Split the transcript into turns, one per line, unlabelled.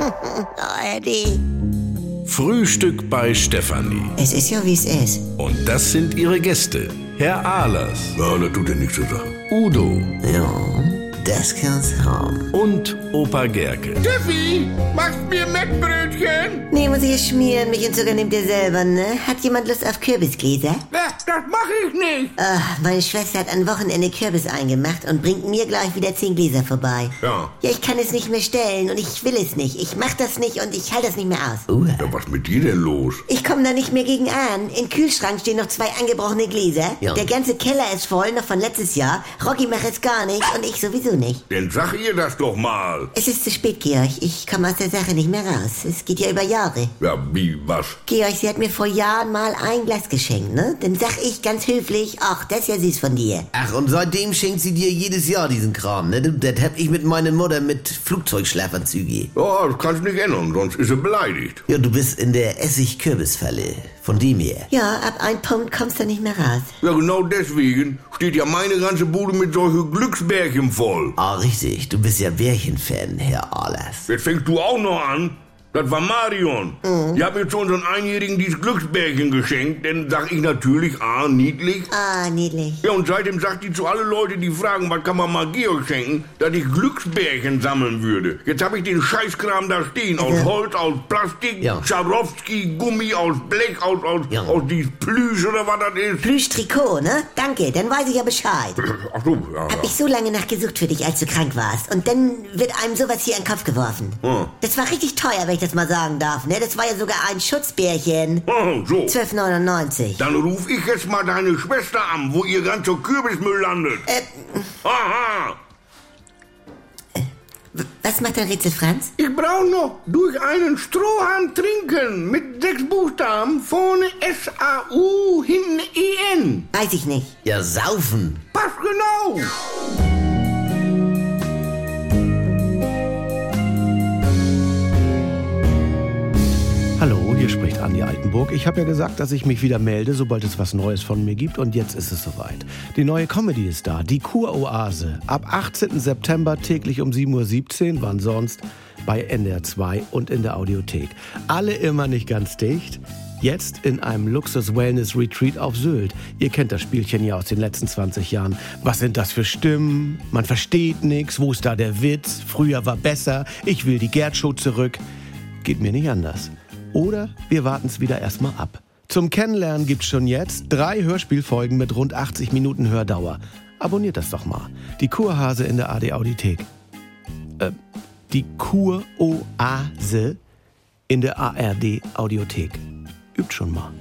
oh, Eddie.
Frühstück bei Stefanie.
Es ist ja, wie es ist.
Und das sind ihre Gäste. Herr Ahlers,
Ja, das tut dir nichts zu sagen.
Udo
Ja, das kann's haben.
und Opa Gerke.
Steffi, machst mir Mettbrötchen?
Nee, muss ich es schmieren. Mich und sogar nehmt ihr selber, ne? Hat jemand Lust auf Kürbisgläser?
Das, Äh, das mache ich nicht.
Ach, meine Schwester hat am Wochenende Kürbis eingemacht und bringt mir gleich wieder zehn Gläser vorbei.
Ja.
Ja, ich kann es nicht mehr stellen und ich will es nicht. Ich mach das nicht und ich halte das nicht mehr aus.
Ja, was mit dir denn los?
Ich komme da nicht mehr gegen an. Im Kühlschrank stehen noch zwei angebrochene Gläser.
Ja.
Der ganze Keller ist voll, noch von letztes Jahr. Rocky macht es gar nicht und ich sowieso nicht.
Dann sag ihr das doch mal.
Es ist zu spät, Georg. Ich komme aus der Sache nicht mehr raus. Es geht ja über Jahre.
Ja, wie, was?
Georg, sie hat mir vor Jahren mal ein Glas geschenkt, ne? Dann sag ich ganz höflich, ach, das ist ja süß von dir.
Ach, und seitdem schenkt sie dir jedes Jahr diesen Kram, ne? Das hab ich mit meiner Mutter mit Flugzeugschlafanzüge.
Ja, das kannst du nicht ändern, sonst ist sie beleidigt.
Ja, du bist in der Essig-Kürbisfalle. Von dem her.
Ja, ab einem Punkt kommst du nicht mehr raus.
Ja, genau deswegen steht ja meine ganze Bude mit solchen Glücksbärchen voll.
Ah, richtig. Du bist ja Bärchenfan, Herr Ahlers.
Jetzt fängst du auch noch an. Das war Marion.
Mhm.
Ich habe jetzt zu unseren Einjährigen dieses Glücksbärchen geschenkt, denn sag ich natürlich, ah, niedlich.
Ah, niedlich.
Ja, und seitdem sagt die zu alle Leute, die fragen, was kann man mal Georg schenken, dass ich Glücksbärchen sammeln würde. Jetzt habe ich den Scheißkram da stehen, aus Holz, aus Plastik,
Ja.
Scharowski, Gummi, aus Blech, aus, aus,
Ja.
aus dieses Plüsch oder was das ist.
Plüschtrikot, ne? Danke, dann weiß ich ja Bescheid.
Ach so, ja,
Hab
ja.
ich so lange nachgesucht für dich, als du krank warst. Und dann wird einem sowas hier in den Kopf geworfen.
Hm.
Das war richtig teuer, wenn ich das mal sagen darf, ne? Das war ja sogar ein Schutzbärchen.
Ah, so.
12,99.
Dann ruf ich jetzt mal deine Schwester an, wo ihr ganzer Kürbismüll landet.
Äh,
Aha!
was macht der Rätsel Franz?
Ich brauche noch durch einen Strohhalm trinken mit sechs Buchstaben. Vorne S-A-U, hinten
E
E-N.
Weiß ich nicht.
Ja, saufen.
Passt genau.
Hallo, hier spricht Andi Altenburg. Ich habe ja gesagt, dass ich mich wieder melde, sobald es was Neues von mir gibt. Und jetzt ist es soweit. Die neue Comedy ist da, die Kuroase. Ab 18. September täglich um 7.17 Uhr, wann sonst? Bei NDR 2 und in der Audiothek. Alle immer nicht ganz dicht. Jetzt in einem Luxus-Wellness-Retreat auf Sylt. Ihr kennt das Spielchen ja aus den letzten 20 Jahren. Was sind das für Stimmen? Man versteht nichts. Wo ist da der Witz? Früher war besser. Ich will die Gerd-Show zurück. Geht mir nicht anders. Oder wir warten es wieder erstmal ab. Zum Kennenlernen gibt's schon jetzt drei Hörspielfolgen mit rund 80 Minuten Hördauer. Abonniert das doch mal. Die Kurhase in der AD Audiothek. Äh, die Kuroase in der ARD Audiothek. Übt schon mal.